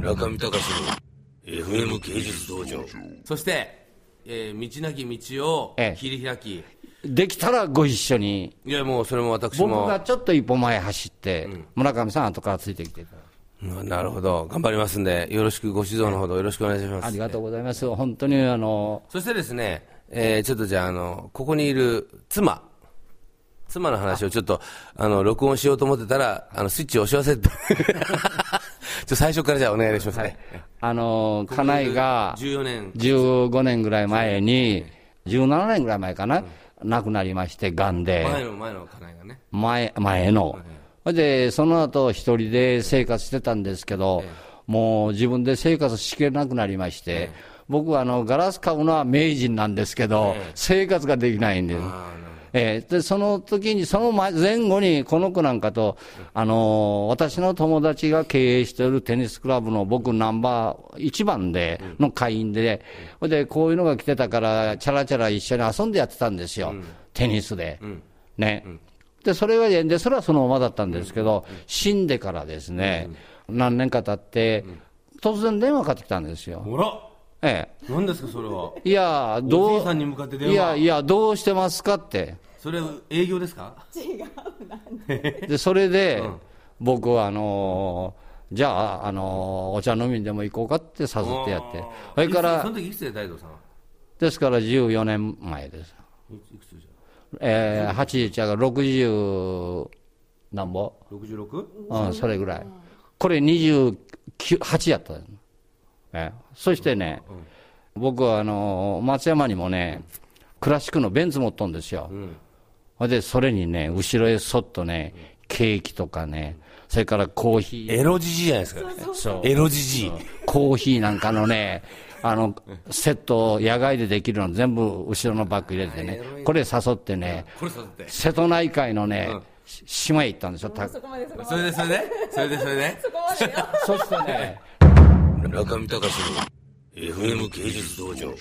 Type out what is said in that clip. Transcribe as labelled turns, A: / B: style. A: 中見隆の FM 芸術道場
B: そして、えー道なき道を
C: ええ
B: 切り開き、
C: できたらご一緒に、
B: いやもうそれも私
C: 僕
B: も
C: がちょっと一歩前走って、村上さん、後からついてきていただいて
B: うんなるほど頑張りますんでよろしくご指導のほどよろしくお願いします
C: ありがとうございます、本当にあの
B: そしてですね、えーちょっとじゃああのここにいる妻妻の話をちょっとあの録音しようと思ってたらあのスイッチを押し忘れて ちょっと最初からじゃあお願いしますね、
C: あの家内が
B: 14年
C: 15年ぐらい前に、17年ぐらい前かな、亡くなりまして、がんで。
B: 前の前の家内がね
C: 前前の、それでその後一人で生活してたんですけど、もう自分で生活しきれなくなりまして、僕はあのガラス買うのは名人なんですけど、生活ができないんです。ええでその時に、その前前後に、この子なんかと、あのー私の友達が経営しているテニスクラブの僕、ナンバー1番で、の会員で、ほいで、こういうのが来てたから、チャラチャラ一緒に遊んでやってたんですよ、テニスで。ね、でそれはでそれはそのままだったんですけど、死んでからですね、何年か経って、突然電話かかってきたんですよ。
B: ほら
C: ええ
B: 何ですかそれはい
C: や
B: お
C: ど
B: じいさんに
C: う
B: 向かって電話
C: いやいやどうしてますかって
B: それ営業ですか
C: でそれで、僕はあのーじゃあ、あのーお茶飲みにでも行こうかって誘ってやってそれ
B: い
C: か
B: つそ
C: ら
B: の時いくつで大道さんは
C: ですから14年前です、
B: いいくつじゃ
C: えー、八ちゃんが60何ぼ、
B: 66?
C: うん、それぐらい。これ29、8やったのええそしてね、僕はあのー松山にもね、クラシックのベンツ持っとんですよ。ほいで、それにね、後ろへそっとね、ケーキとかね、それからコーヒー、
B: エロじじいじゃないですか
C: そう
B: エロじじい
C: コーヒーなんかのね、あの、セットを野外でできるの全部後ろのバッグ入れてね、これ誘ってね、
B: これさって
C: 瀬戸内海のね、し島へ行ったんですよ。た
D: そこまでそこま
B: それでそれでそれでそれで
D: で。そこまでよ。
C: そしてね、
A: 中見隆の FM 芸術道場